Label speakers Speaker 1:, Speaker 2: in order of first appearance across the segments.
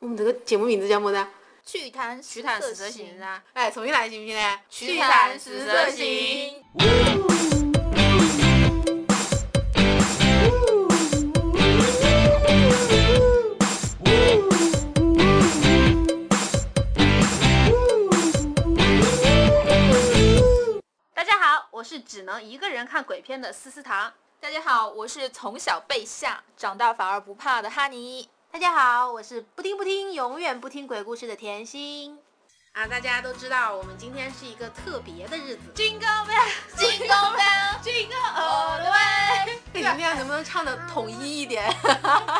Speaker 1: 们这个节目名字叫么子？
Speaker 2: 曲坛曲
Speaker 3: 曲坛十色行
Speaker 2: 啊，
Speaker 1: 来，哎重新来行不行呢？
Speaker 2: 曲坛十色行。
Speaker 3: 大家好，我是只能一个人看鬼片的思思糖。
Speaker 2: 大家好，我是从小被吓，长大反而不怕的哈尼。
Speaker 3: 大家好，我是不听不听，永远不听鬼故事的甜心。啊，大家都知道，我们今天是一个特别的日子。
Speaker 2: Jingle bell, jingle bell, jingle all the way。
Speaker 1: 你们俩能不能唱的统一一点？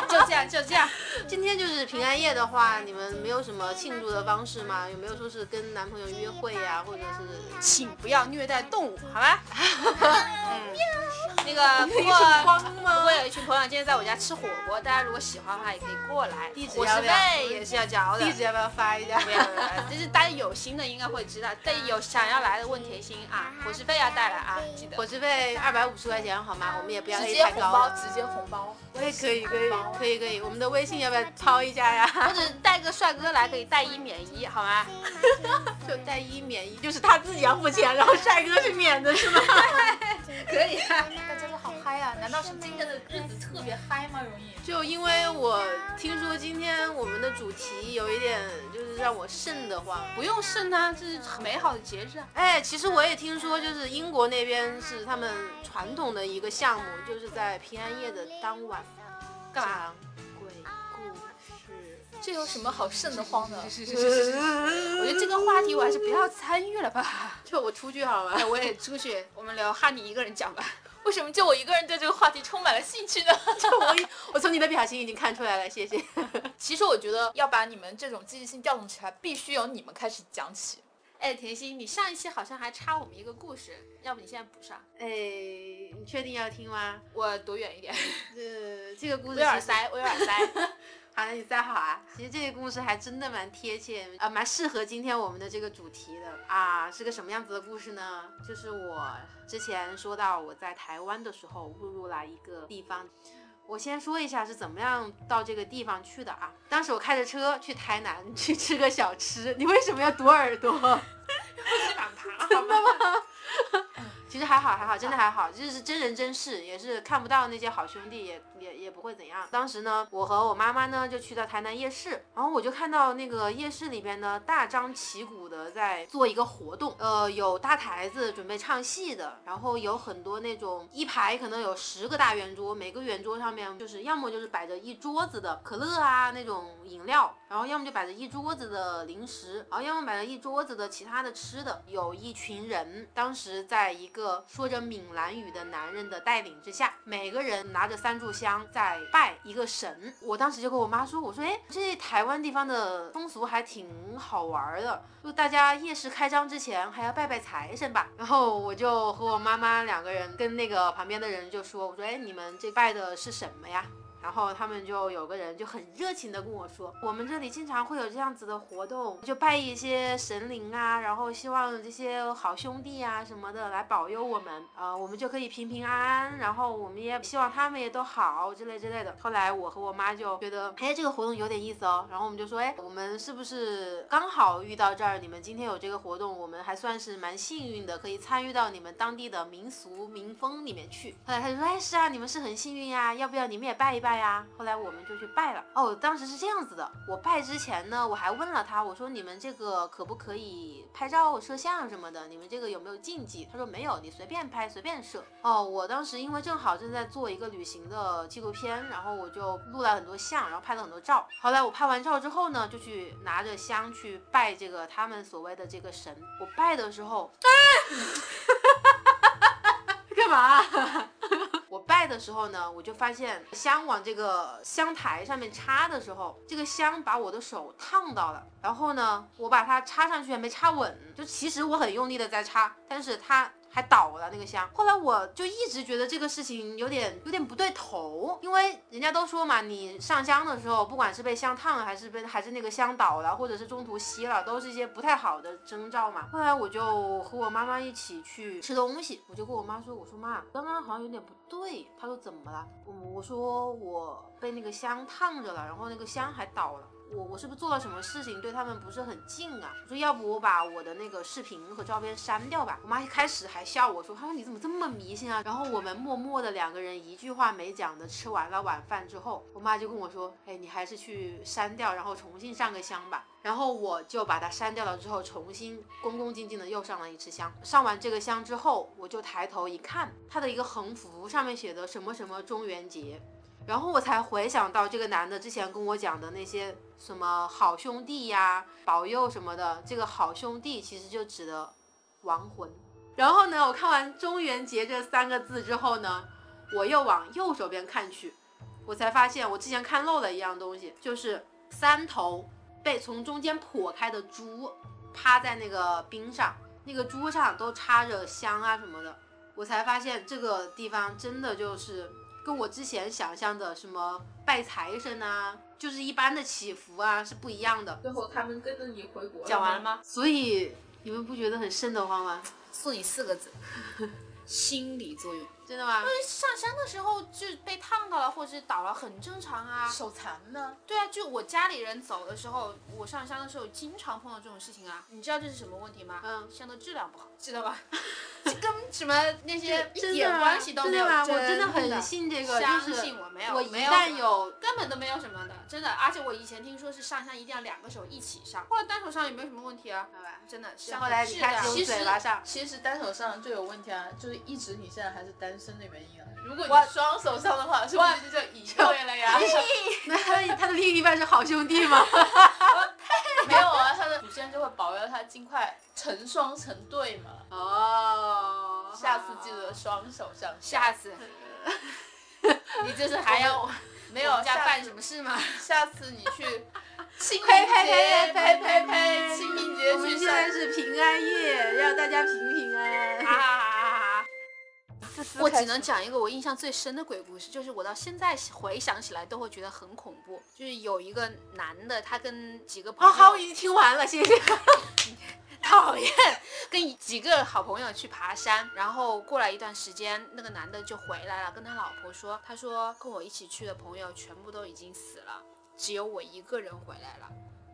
Speaker 2: 就这样，就这样。
Speaker 1: 今天就是平安夜的话，你们没有什么庆祝的方式吗？有没有说是跟男朋友约会呀、或者是
Speaker 2: 请不要虐待动物，好吧？嗯，那个不
Speaker 1: 你
Speaker 2: 过
Speaker 1: 是光吗
Speaker 2: 我有一群朋友今天在我家吃火锅，大家如果喜欢的话也可以过来。
Speaker 1: 地址
Speaker 2: 伙
Speaker 1: 要
Speaker 2: 食
Speaker 1: 不要
Speaker 2: 费也是要交的
Speaker 1: 地。址要不要发一下？
Speaker 2: 没有没有没有呃就是大家有心的应该会知道，但有想要来的问甜心啊，伙食费要带来啊，记得。
Speaker 1: 伙食费二百五十块钱好吗？我们也不要
Speaker 2: 直
Speaker 1: A
Speaker 2: 接
Speaker 1: 太
Speaker 2: 红
Speaker 1: 高
Speaker 2: 包，
Speaker 1: 了。
Speaker 2: 直接红包，
Speaker 1: 可以可以可以可以可以，我们的微信要不要抛一下呀？
Speaker 2: 或者带个帅哥来可以带一免一，好吗？
Speaker 1: 就带一免一，就是他自己要付钱，然后帅哥是免的，是吗？
Speaker 2: 可以啊。
Speaker 4: 大家都好嗨啊！难道是今天的日子特别嗨吗？容易？
Speaker 1: 就因为我听说今天我们的主题有一点就是让我瘆得慌。
Speaker 2: 不用慎啊，这是很美好的节日啊。
Speaker 1: 哎，其实我也听说，就是英国那边是他们传统的一个项目，就是在平安夜的当晚
Speaker 2: 干嘛？
Speaker 1: 讲鬼 故
Speaker 4: 这有什么好瘆得 慌的？
Speaker 2: 是是是是是，我觉得这个话题我还是不要参与了 吧。
Speaker 1: 事。就 我出去好
Speaker 2: 哎，
Speaker 1: 了，
Speaker 2: 我也出去，我们留哈尼一个人讲吧。
Speaker 4: 为什么就我一个人对这个话题充满了兴趣呢？
Speaker 1: 我一我从你的表情已经看出来了，谢谢。
Speaker 4: 其实我觉得要把你们这种积极性调动起来，必须由你们开始讲起。
Speaker 2: 哎，甜心，你上一期好像还插我们一个故事，要不你现在补上？
Speaker 1: 哎，你确定要听吗？
Speaker 2: 我躲远一点，
Speaker 1: 这这个故事
Speaker 2: 我有耳
Speaker 1: 其实
Speaker 2: 塞，我有耳塞。
Speaker 1: 好的，你再好啊。其实这个故事还真的蛮贴切，啊，蛮适合今天我们的这个主题的啊。是个什么样子的故事呢？就是我之前说到我在台湾的时候误入了一个地方。我先说一下是怎么样到这个地方去的啊。当时我开着车去台南去吃个小吃，你为什么要堵耳朵？
Speaker 2: 反爬，好吗？
Speaker 1: 其实还好，还好，真的还好，就是真人真事，也是看不到那些好兄弟，也也也不会怎样。当时呢，我和我妈妈呢就去到台南夜市，然后我就看到那个夜市里边呢大张旗鼓的在做一个活动，呃，有搭台子准备唱戏的，然后有很多那种一排可能有十个大圆桌，每个圆桌上面就是要么就是摆着一桌子的可乐啊那种饮料，然后要么就摆着一桌子的零食，然后要么摆着一桌子的其他的吃的。有一群人，当时在一个说着闽南语的男人的带领之下，每个人拿着三炷香在拜一个神。我当时就跟我妈说，我说，哎，这台湾地方的风俗还挺好玩儿的，就大家夜市开张之前还要拜拜财神吧。然后我就和我妈妈两个人跟那个旁边的人就说，我说，哎，你们这拜的是什么呀？然后他们就有个人就很热情的跟我说，我们这里经常会有这样子的活动，就拜一些神灵啊，然后希望这些好兄弟啊什么的来保佑我们，呃，我们就可以平平安安，然后我们也希望他们也都好之类之类的。后来我和我妈就觉得，哎，这个活动有点意思哦，然后我们就说，哎，我们是不是刚好遇到这儿，你们今天有这个活动，我们还算是蛮幸运的，可以参与到你们当地的民俗民风里面去。后来他就说，哎，是啊，你们是很幸运呀、要不要你们也拜一拜呀、后来我们就去拜了。哦，当时是这样子的，我拜之前呢，我还问了他，我说你们这个可不可以拍照啊摄像什么的？你们这个有没有禁忌？他说没有，你随便拍随便摄。哦，我当时因为正好正在做一个旅行的纪录片，然后我就录了很多像，然后拍了很多照。后来我拍完照之后呢，就去拿着香去拜这个他们所谓的这个神。我拜的时候， 干嘛？我拜的时候呢，我就发现香往这个香台上面插的时候，这个香把我的手烫到了。然后呢，我把它插上去也没插稳，就其实我很用力的在插，但是它还倒了那个香。后来我就一直觉得这个事情有点有点不对头，因为人家都说嘛，你上香的时候，不管是被香烫了还是被还是那个香倒了，或者是中途熄了，都是一些不太好的征兆嘛。后来我就和我妈妈一起去吃东西，我就跟我妈说，我说妈，刚刚好像有点不对。她说怎么了？我我说我被那个香烫着了，然后那个香还倒了。我我是不是做了什么事情对他们不是很敬啊？我说要不我把我的那个视频和照片删掉吧。我妈一开始还笑我说，她说你怎么这么迷信啊？然后我们默默的两个人一句话没讲的吃完了晚饭之后，我妈就跟我说，哎，你还是去删掉，然后重新上个香吧。然后我就把它删掉了之后，重新恭恭敬敬的又上了一次香。上完这个香之后，我就抬头一看，它的一个横幅上面写的什么什么中元节，然后我才回想到这个男的之前跟我讲的那些什么好兄弟呀、保佑什么的，这个好兄弟其实就指的亡魂。然后呢，我看完中元节这三个字之后呢，我又往右手边看去，我才发现我之前看漏了一样东西，就是三头被从中间剖开的猪趴在那个冰上，那个猪上都插着香啊什么的，我才发现这个地方真的就是跟我之前想象的什么拜财神啊，就是一般的祈福啊是不一样的。
Speaker 4: 最后他们跟着你回国了
Speaker 1: 讲完
Speaker 4: 吗？
Speaker 1: 吗？所以你们不觉得很瘆得慌吗？
Speaker 2: 送你四个字， 心理作用。
Speaker 1: 真的吗？
Speaker 2: 上山的时候就被烫到了，或者是倒了，很正常啊。
Speaker 4: 手残呢？
Speaker 2: 对啊，就我家里人走的时候，我上山的时候经常碰到这种事情啊。你知道这是什么问题吗？
Speaker 1: 嗯
Speaker 2: 香的质量不好，知 道吧？这跟什么那些一
Speaker 1: 真
Speaker 2: 点
Speaker 1: 的吗啊
Speaker 2: 关系都
Speaker 1: 真
Speaker 2: 没
Speaker 1: 的
Speaker 2: 有。
Speaker 1: 吗？我真
Speaker 4: 真
Speaker 1: 的
Speaker 4: 的
Speaker 1: 很信这个，
Speaker 2: 相
Speaker 1: 就
Speaker 2: 信
Speaker 1: 是
Speaker 2: 我没有，
Speaker 1: 我一
Speaker 2: 没有
Speaker 1: 旦
Speaker 2: 什么
Speaker 1: 有
Speaker 2: 根本都没有什么的，真的。而且我以前听说是上山一定要两个手一起上，后来单手上也没有什么问题啊。
Speaker 1: 好吧
Speaker 2: 真的，
Speaker 1: 后来你开始
Speaker 2: 其
Speaker 1: 用
Speaker 2: 实
Speaker 1: 嘴巴上，
Speaker 4: 其实单手上就有问题啊，就是一直你现在还是单身的原因啊。如果你
Speaker 2: 我
Speaker 4: 双手上的话，是不是就移位了呀？
Speaker 1: 那他的他的另一半是好兄弟 吗？
Speaker 4: 没有啊，他的祖先就会保佑他尽快成双成对嘛。
Speaker 1: 哦，
Speaker 4: 下次记得双手上
Speaker 2: 下
Speaker 4: 下
Speaker 2: 次你这是还要
Speaker 4: 没
Speaker 2: 没
Speaker 4: 有
Speaker 2: 家
Speaker 4: 下
Speaker 2: 办
Speaker 4: 次
Speaker 2: 什么事吗？
Speaker 4: 下次你去清明
Speaker 1: 呸呸呸呸
Speaker 4: 节呸
Speaker 1: 呸
Speaker 4: 呸
Speaker 1: 呸！
Speaker 4: 呸，清明节
Speaker 1: 我们
Speaker 4: 去
Speaker 1: 现在
Speaker 4: 山。
Speaker 1: 是平安夜，让大家平平安 安。
Speaker 2: 啊！
Speaker 4: 自私
Speaker 2: 我
Speaker 4: 开
Speaker 2: 只
Speaker 4: 始
Speaker 2: 能讲一个我印象最深的鬼故事，就是我到现在回想起来都会觉得很恐怖。就是有一个男的，他跟几个朋
Speaker 1: 哦，
Speaker 2: 友，
Speaker 1: 好，我已经听完了，谢谢。
Speaker 2: 讨厌，跟几个好朋友去爬山， 然后过了一段时间，那个男的就回来了，跟他老婆说，他说跟我一起去的朋友全部都已经死了，只有我一个人回来了。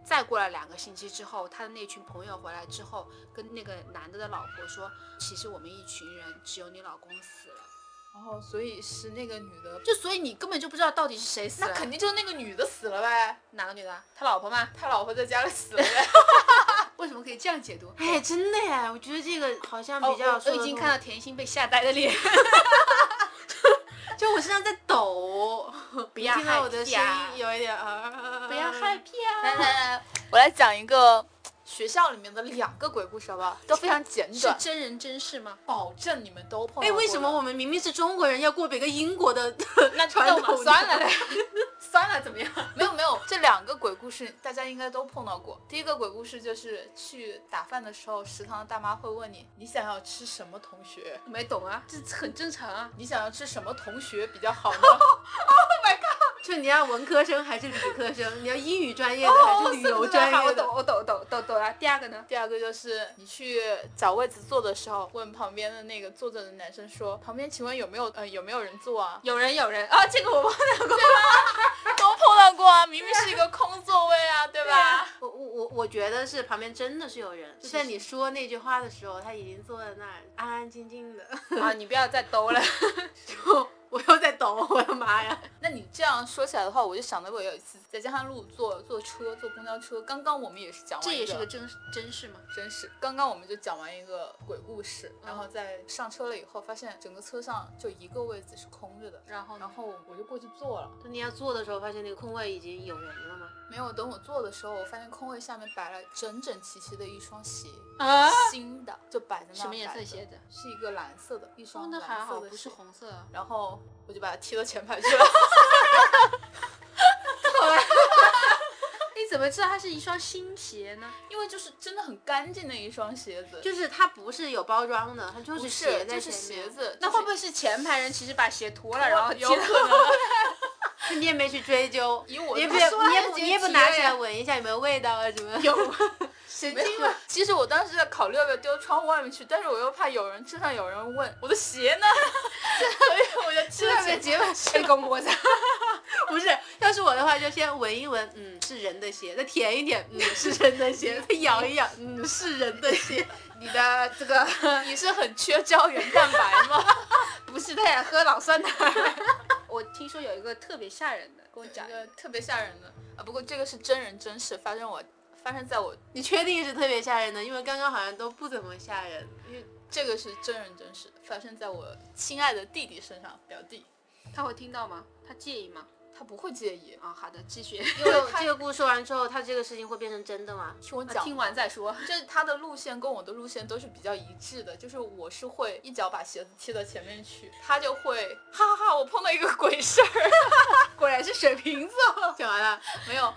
Speaker 2: 再过了两个星期之后，他的那群朋友回来之后，跟那个男的的老婆说，其实我们一群人只有你老公死了，
Speaker 4: 然后哦所以是那个女的，
Speaker 2: 就所以你根本就不知道到底是谁死了，
Speaker 4: 那肯定就是那个女的死了呗，
Speaker 2: 哪个女的？他老婆吗？
Speaker 4: 他老婆在家里死了呗。
Speaker 2: 为什么可以这样解读？
Speaker 1: 哎，真的哎，我觉得这个好像比
Speaker 2: 哦
Speaker 1: 较
Speaker 2: 我
Speaker 1: 说得
Speaker 2: 我已经
Speaker 1: 通
Speaker 2: 看到甜心被吓呆的脸。
Speaker 1: 就我身上在抖，不
Speaker 2: 要
Speaker 1: 听到
Speaker 2: 害
Speaker 1: 我的
Speaker 2: 怕
Speaker 1: 声音有一点啊，
Speaker 2: 不要害
Speaker 1: 怕。
Speaker 4: 来来来，我来讲一个学校里面的两个鬼故事好不好？都非常简
Speaker 2: 是
Speaker 4: 短，
Speaker 2: 真人真事吗？
Speaker 4: 保证你们都碰到过的。
Speaker 1: 哎，为什么我们明明是中国人，要过别个英国的
Speaker 4: 那
Speaker 1: 传
Speaker 4: 那我
Speaker 1: 统的
Speaker 4: 算了嘞？
Speaker 2: 算了，怎么样？
Speaker 4: 没有没有，这两个鬼故事大家应该都碰到过。第一个鬼故事就是去打饭的时候，食堂的大妈会问你，你想要吃什么同学？
Speaker 2: 没懂啊，这很正常啊。
Speaker 4: 你想要吃什么同学比较好呢？
Speaker 1: 就你要文科生还是理科生？你要英语专业的还
Speaker 2: 哦，
Speaker 1: 是旅游专
Speaker 2: 好，我
Speaker 1: 业
Speaker 2: 懂，
Speaker 1: 的？
Speaker 2: 我懂，懂懂懂了。第二个呢？
Speaker 4: 第二个就是你去找位子坐的时候，问旁边的那个坐着的男生说，旁边请问有没有呃有没有人坐啊？
Speaker 2: 有人有人啊，这个我忘了。
Speaker 4: 都碰到过啊，明明是一个空座位啊，对吧？
Speaker 1: 我我我我觉得是旁边真的是有人，就在你说那句话的时候，他已经坐在那儿安安静静 的，
Speaker 2: 啊，你不要再兜了。
Speaker 1: 就我又在抖，我的妈呀！
Speaker 4: 那你这样说起来的话，我就想到我有一次在江汉路坐坐车坐公交车，刚刚我们也是讲完
Speaker 2: 这
Speaker 4: 一
Speaker 2: 也是个真真事吗？
Speaker 4: 真是，刚刚我们就讲完一个鬼故事，
Speaker 2: 嗯
Speaker 4: 然后在上车了以后，发现整个车上就一个位子是空着的，然后然后我就过去坐了。
Speaker 1: 当你要坐的时候，发现那个空位已经有人了吗？
Speaker 4: 没有，等我坐的时候，我发现空位下面摆了整整齐齐的一双鞋，
Speaker 2: 啊，
Speaker 4: 新的就摆在那。
Speaker 2: 什么颜色的？鞋子？
Speaker 4: 是一个蓝色的，一
Speaker 2: 哦
Speaker 4: 双，
Speaker 2: 那还
Speaker 4: 蓝
Speaker 2: 好，
Speaker 4: 色的
Speaker 2: 不是
Speaker 4: 鞋。
Speaker 2: 红色。
Speaker 4: 然后我就把它踢到前排去 了。
Speaker 2: 你怎么知道它是一双新鞋呢？
Speaker 4: 因为就是真的很干净的一双鞋子，
Speaker 1: 就是它不不是有包装的，它就
Speaker 4: 不
Speaker 1: 鞋
Speaker 4: 是
Speaker 1: 在
Speaker 4: 就
Speaker 1: 前
Speaker 4: 是鞋
Speaker 1: 面。
Speaker 4: 子，
Speaker 2: 那会不
Speaker 4: 会
Speaker 2: 会是前排人其实把鞋脱了，然后
Speaker 4: 有
Speaker 2: 踢了
Speaker 4: 可能啊？
Speaker 1: 你也没去追究，
Speaker 4: 以我
Speaker 1: 你也
Speaker 4: 的
Speaker 1: 不
Speaker 4: 说
Speaker 1: 你也
Speaker 4: 来
Speaker 1: 不
Speaker 4: 不及
Speaker 1: 你也不
Speaker 4: 提
Speaker 1: 拿
Speaker 4: 了
Speaker 1: 起
Speaker 4: 呀
Speaker 1: 来闻一下有没有味道啊什么？
Speaker 4: 有，
Speaker 1: 神
Speaker 4: 没
Speaker 1: 经
Speaker 4: 有
Speaker 1: 吧！。
Speaker 4: 其实我当时在考虑要不要丢窗户外面去，但是我又怕有人车上有人问我的鞋呢，所以我就踢
Speaker 2: 这
Speaker 4: 到
Speaker 2: 个
Speaker 4: 前
Speaker 2: 结尾是公婆在。
Speaker 1: 不是，要是我的话就先闻一闻，嗯，是人的鞋，再舔一舔，嗯，是人的 鞋，再咬一咬，嗯，是人的鞋。你的这个
Speaker 4: 你是很缺胶原蛋白吗？
Speaker 1: 不是，他想喝老酸奶。
Speaker 2: 我听说有一个特别吓人的，跟我讲
Speaker 4: 一，个特别吓人的啊，不过这个是真人真事，发生我发生在我
Speaker 1: 你确定是特别吓人的？因为刚刚好像都不怎么吓人。
Speaker 4: 这个是真人真事，发生在我亲爱的弟弟身上，表弟，
Speaker 2: 他会听到吗？他介意吗？
Speaker 4: 他不会介意。
Speaker 2: 啊、好的，继续，
Speaker 1: 因为这个故事说完之后，他这个事情会变成真的吗？
Speaker 4: 听我讲，
Speaker 2: 啊听完再说。
Speaker 4: 就是他的路线跟我的路线都是比较一致的，就是我是会一脚把鞋子踢到前面去，他就会哈哈哈，我碰到一个鬼事儿。
Speaker 1: 果然是水瓶座。讲完了，
Speaker 4: 没有，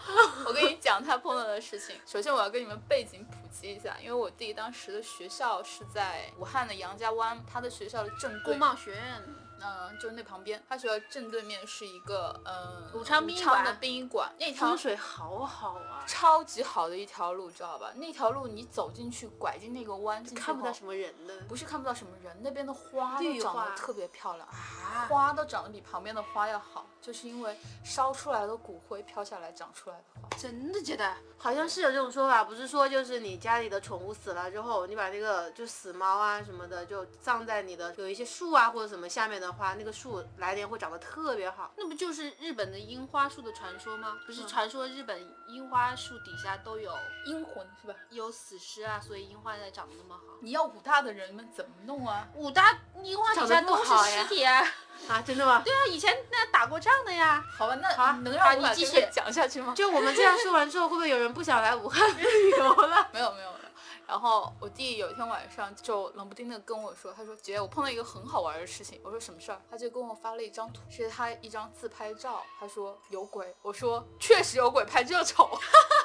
Speaker 4: 我跟你讲他碰到的事情。首先我要跟你们背景普及一下，因为我弟当时的学校是在武汉的杨家湾，他的学校的正对
Speaker 2: 工，贸学院，
Speaker 4: 嗯，就是那旁边，他学校正对面是一个嗯
Speaker 2: 武昌殡仪
Speaker 4: 的
Speaker 2: 馆
Speaker 4: 殡仪馆，那条
Speaker 1: 风水好好啊，
Speaker 4: 超级好的一条路，知道吧？那条路你走进去，拐进那个弯，进去
Speaker 1: 看不到
Speaker 4: 后
Speaker 1: 什么人了。
Speaker 4: 不是看不到什么人，那边的花都
Speaker 1: 绿
Speaker 4: 长
Speaker 1: 化
Speaker 4: 得特别漂亮，
Speaker 1: 啊
Speaker 4: 花都长得比旁边的花要好，就是因为烧出来的骨灰飘下来长出来的花。
Speaker 2: 真的觉得
Speaker 1: 好像是有这种说法，不是说就是你家里的宠物死了之后，你把那个就死猫啊什么的，就葬在你的有一些树啊或者什么下面的话，那个树来年会长得特别好。
Speaker 2: 那不就是日本的樱花树的传说吗？不是传说日本樱花树底下都有
Speaker 4: 阴魂是吧？
Speaker 2: 有死尸啊，所以樱花才长得那么好。
Speaker 4: 你要武大的人们怎么弄啊？
Speaker 2: 武大樱花底下都是尸体啊！
Speaker 1: 啊，真的 吗？
Speaker 2: 对啊，以前那打过仗的呀。
Speaker 4: 好吧，
Speaker 1: 好
Speaker 4: 那
Speaker 1: 啊
Speaker 4: 你能
Speaker 2: 好
Speaker 4: 让我
Speaker 2: 你
Speaker 4: 把
Speaker 2: 继
Speaker 4: 这
Speaker 2: 续
Speaker 4: 个讲下去吗？
Speaker 1: 就我们这样说完之后，会不会有人不想来武 汉旅游了？
Speaker 4: 没有没有没有。然后我弟有一天晚上就冷不丁的跟我说，他说姐，我碰到一个很好玩的事情。我说什么事儿？他就跟我发了一张图，是他一张自拍照。他说有鬼。我说确实有鬼，拍这丑。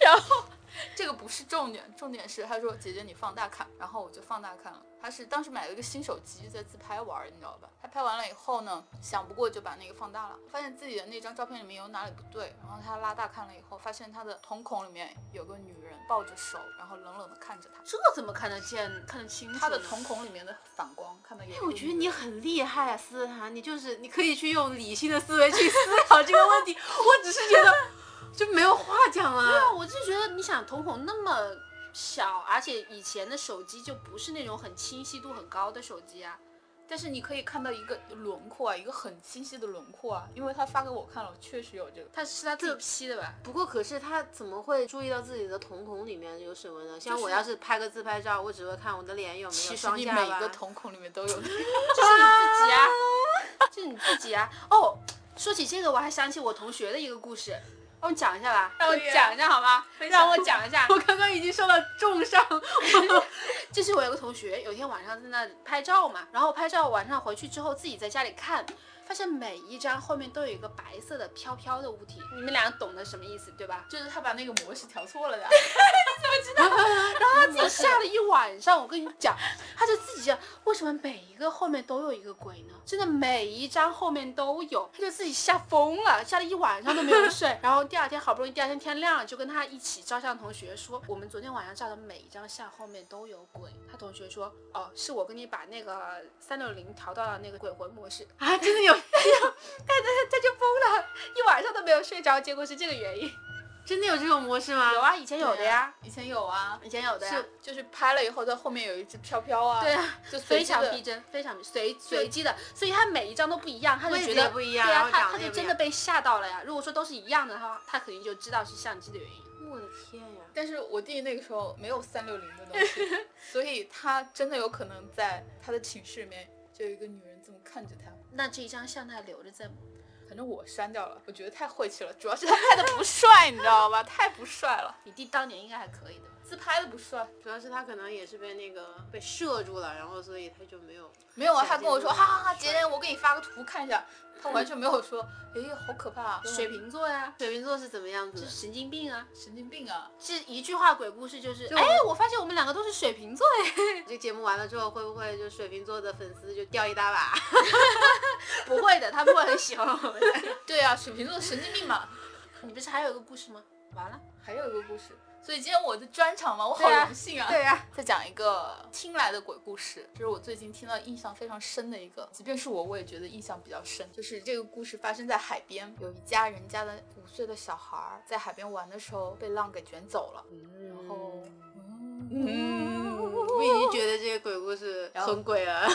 Speaker 4: 然后这个不是重点，重点是他说姐姐你放大看，然后我就放大看了。他是当时买了一个新手机在自拍玩儿，你知道吧？他拍完了以后呢，想不过就把那个放大了，发现自己的那张照片里面有哪里不对，然后他拉大看了以后，发现他的瞳孔里面有个女人抱着手，然后冷冷的看着他，
Speaker 2: 这怎么看得见、看得清楚呢？
Speaker 4: 他的瞳孔里面的反光看到有一个女人。
Speaker 1: 哎我觉得你很厉害啊，思涵，你就是你可以去用理性的思维去思考这个问题。我只是觉得就没有话讲了。
Speaker 2: 啊，我就觉得你想瞳孔那么小，而且以前的手机就不是那种很清晰度很高的手机啊。
Speaker 4: 但是你可以看到一个轮廓啊，一个很清晰的轮廓啊，因为他发给我看了，我确实有这个。
Speaker 2: 它是他自己 P 的吧？
Speaker 1: 不过，可是他怎么会注意到自己的瞳孔里面有什么呢？像我要是拍个自拍照，我只会看我的脸有没有
Speaker 4: 其实
Speaker 1: 双
Speaker 4: 你
Speaker 1: 下
Speaker 4: 每一
Speaker 1: 巴
Speaker 4: 个瞳孔里面都有。
Speaker 2: 这是你自己啊， 这是你自己啊。哦，说起这个，我还想起我同学的一个故事，让我讲一下
Speaker 1: 哦
Speaker 2: 吧，让我讲一下好吗？让我讲一 下。
Speaker 1: 我刚刚已经受到重伤，
Speaker 2: 就是我有个同学，有一天晚上在那里拍照嘛，然后拍照晚上回去之后，自己在家里看，发现每一张后面都有一个白色的飘飘的物体，你们俩懂得什么意思对吧？
Speaker 4: 就是他把那个模式调错了的。
Speaker 2: 他自己吓了一晚上，我跟你讲，他就自己想，为什么每一个后面都有一个鬼呢？真的每一张后面都有，他就自己吓疯了，吓了一晚上都没有睡。然后第二天好不容易第二天天亮了，就跟他一起照相同学说，我们昨天晚上照的每一张相后面都有鬼。他同学说，哦，是我跟你把那个三六零调到了那个鬼魂模式，
Speaker 1: 啊，真的有，
Speaker 2: 他就疯了，一晚上都没有睡着，结果是这个原因。
Speaker 1: 真的有这种模式吗？
Speaker 2: 有啊，以前有的呀，，
Speaker 4: 以前有啊，
Speaker 2: 以前有的呀。
Speaker 4: 是就是拍了以后，它后面有一只飘飘啊，
Speaker 2: 对啊，
Speaker 4: 就
Speaker 2: 非常逼
Speaker 4: 逼真。
Speaker 2: 真，非常随随机的，所以他每一张都不一样，他就
Speaker 1: 位置
Speaker 2: 觉
Speaker 1: 也
Speaker 2: 得
Speaker 1: 不一样
Speaker 2: 对
Speaker 1: 然
Speaker 2: 啊
Speaker 1: 后，
Speaker 2: 他
Speaker 1: 长
Speaker 2: 他
Speaker 1: 得也不
Speaker 2: 就真
Speaker 1: 一
Speaker 2: 的
Speaker 1: 样
Speaker 2: 被吓到了呀。如果说都是一样的话，他肯定就知道是相机的原因。
Speaker 1: 我的天呀！
Speaker 4: 但是我弟那个时候没有三六零的东西，所以他真的有可能在他的寝室里面就有一个女人这么看着他。
Speaker 2: 那这一张相他还留着在吗？
Speaker 4: 反正我删掉了，我觉得太晦气了，主要是他拍的不帅，你知道吧？太不帅了，
Speaker 2: 你弟当年应该还可以的吧？
Speaker 4: 自拍的不帅。
Speaker 1: 主要是他可能也是被那个被射住了，然后所以他就没有。
Speaker 4: 没有啊，
Speaker 1: 小
Speaker 4: 他跟我说，
Speaker 1: 弟弟
Speaker 4: 哈哈哈，姐姐，我给你发个图看一下。他完全没有说，哎，好可怕、啊，
Speaker 2: 水瓶座呀，
Speaker 1: 水瓶座是怎么样子
Speaker 2: 这
Speaker 1: 的？
Speaker 2: 神经病啊！
Speaker 4: 神经病啊！
Speaker 2: 这一句话鬼故事就是，
Speaker 4: 就
Speaker 2: 哎，我发现我们两个都是水瓶座哎，
Speaker 1: 这个节目完了之后，会不会就水瓶座的粉丝就掉一大把？
Speaker 2: 不会的，他们会很喜欢我们 的。
Speaker 4: 对啊，水瓶座神经病嘛。
Speaker 2: 你不是还有一个故事吗？完了，
Speaker 4: 还有一个故事，所以今天我的专场嘛，我好
Speaker 1: 对啊
Speaker 4: 荣幸啊！
Speaker 1: 对 呀、
Speaker 4: 再讲一个听来的鬼故事，这是我最近听到印象非常深的一个，即便是我，我也觉得印象比较深。就是这个故事发生在海边，有一家人家的五岁的小孩儿在海边玩的时候被浪给卷走了，然后，嗯，
Speaker 1: 我已经觉得这些鬼故事很鬼了。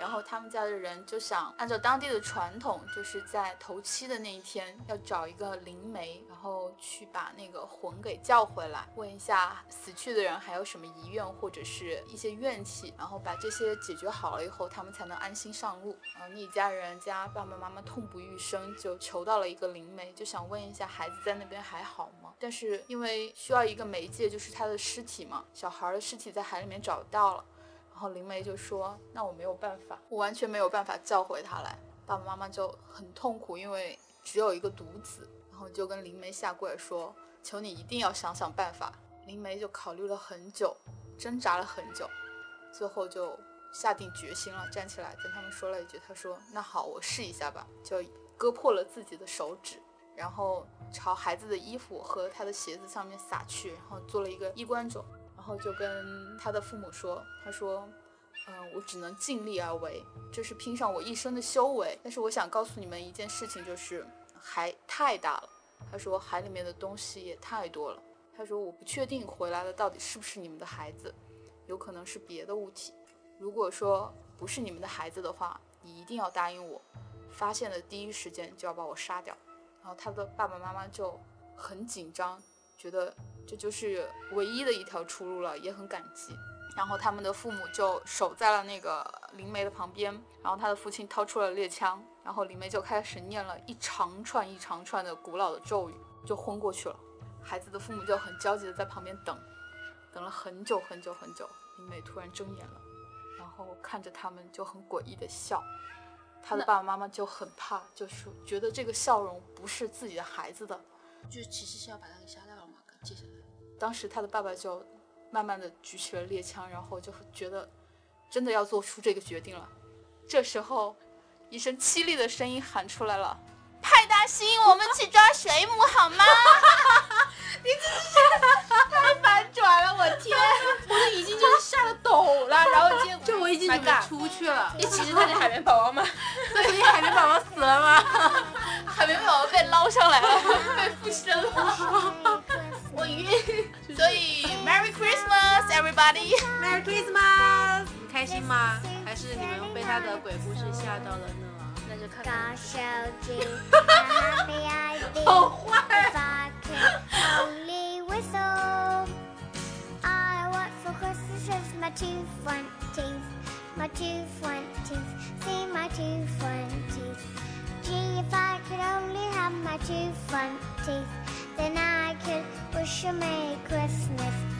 Speaker 4: 然后他们家的人就想按照当地的传统，就是在头七的那一天要找一个灵媒，然后去把那个魂给叫回来，问一下死去的人还有什么遗愿或者是一些怨气，然后把这些解决好了以后，他们才能安心上路。然后那一家人家爸爸妈妈痛不欲生，就求到了一个灵媒，就想问一下孩子在那边还好吗？但是因为需要一个媒介，就是他的尸体嘛，小孩儿的尸体在海里面找到了。然后灵媒就说：“那我没有办法，我完全没有办法叫回他来。”爸爸妈妈就很痛苦，因为只有一个独子，然后就跟灵媒下跪说：“求你一定要想想办法。”灵媒就考虑了很久，挣扎了很久，最后就下定决心了，站起来跟他们说了一句：“他说那好，我试一下吧。”就割破了自己的手指，然后朝孩子的衣服和他的鞋子上面撒去，然后做了一个衣冠冢。然后就跟他的父母说，他说，嗯、我只能尽力而为，这是拼上我一生的修为。但是我想告诉你们一件事情，就是海太大了，他说海里面的东西也太多了。他说我不确定回来的到底是不是你们的孩子，有可能是别的物体。如果说不是你们的孩子的话，你一定要答应我，发现的第一时间就要把我杀掉。然后他的爸爸妈妈就很紧张，觉得这就是唯一的一条出路了，也很感激。然后他们的父母就守在了那个灵媒的旁边，然后他的父亲掏出了猎枪，然后灵媒就开始念了一长串一长串的古老的咒语，就昏过去了。孩子的父母就很焦急的在旁边等，等了很久很久很久，灵媒突然睁眼了，然后看着他们就很诡异的笑。他的爸爸妈妈就很怕，就是觉得这个笑容不是自己的孩子的，
Speaker 2: 就其实是要把他给杀掉了嘛。接下来，
Speaker 4: 当时他的爸爸就慢慢的举起了猎枪，然后就觉得真的要做出这个决定了。这时候，一声凄厉的声音喊出来了：“派大星，我们去抓水母好 吗？”你真是太反转了，我 天！我都已经就是吓得抖了，然后结果
Speaker 1: 就我已经准备出去了，
Speaker 2: 哎，其实他是海绵宝宝嘛。
Speaker 1: 所以海绵宝宝死了吗？
Speaker 4: 海绵宝宝被捞上来了， 被附身了，我晕。所以，Merry Christmas everybody！
Speaker 1: Merry Christmas！你开心吗？还是你们被他的鬼故事吓到了呢？
Speaker 2: 那就看看
Speaker 5: 搞手机，哈哈被爱的
Speaker 1: 好坏，
Speaker 5: bucket only whistle. I want for Christmas is my two front teeth, my two front teeth, see my two front teeth. Gee, if I could only have my two front teeth, then I could wish a Merry Christmas oh,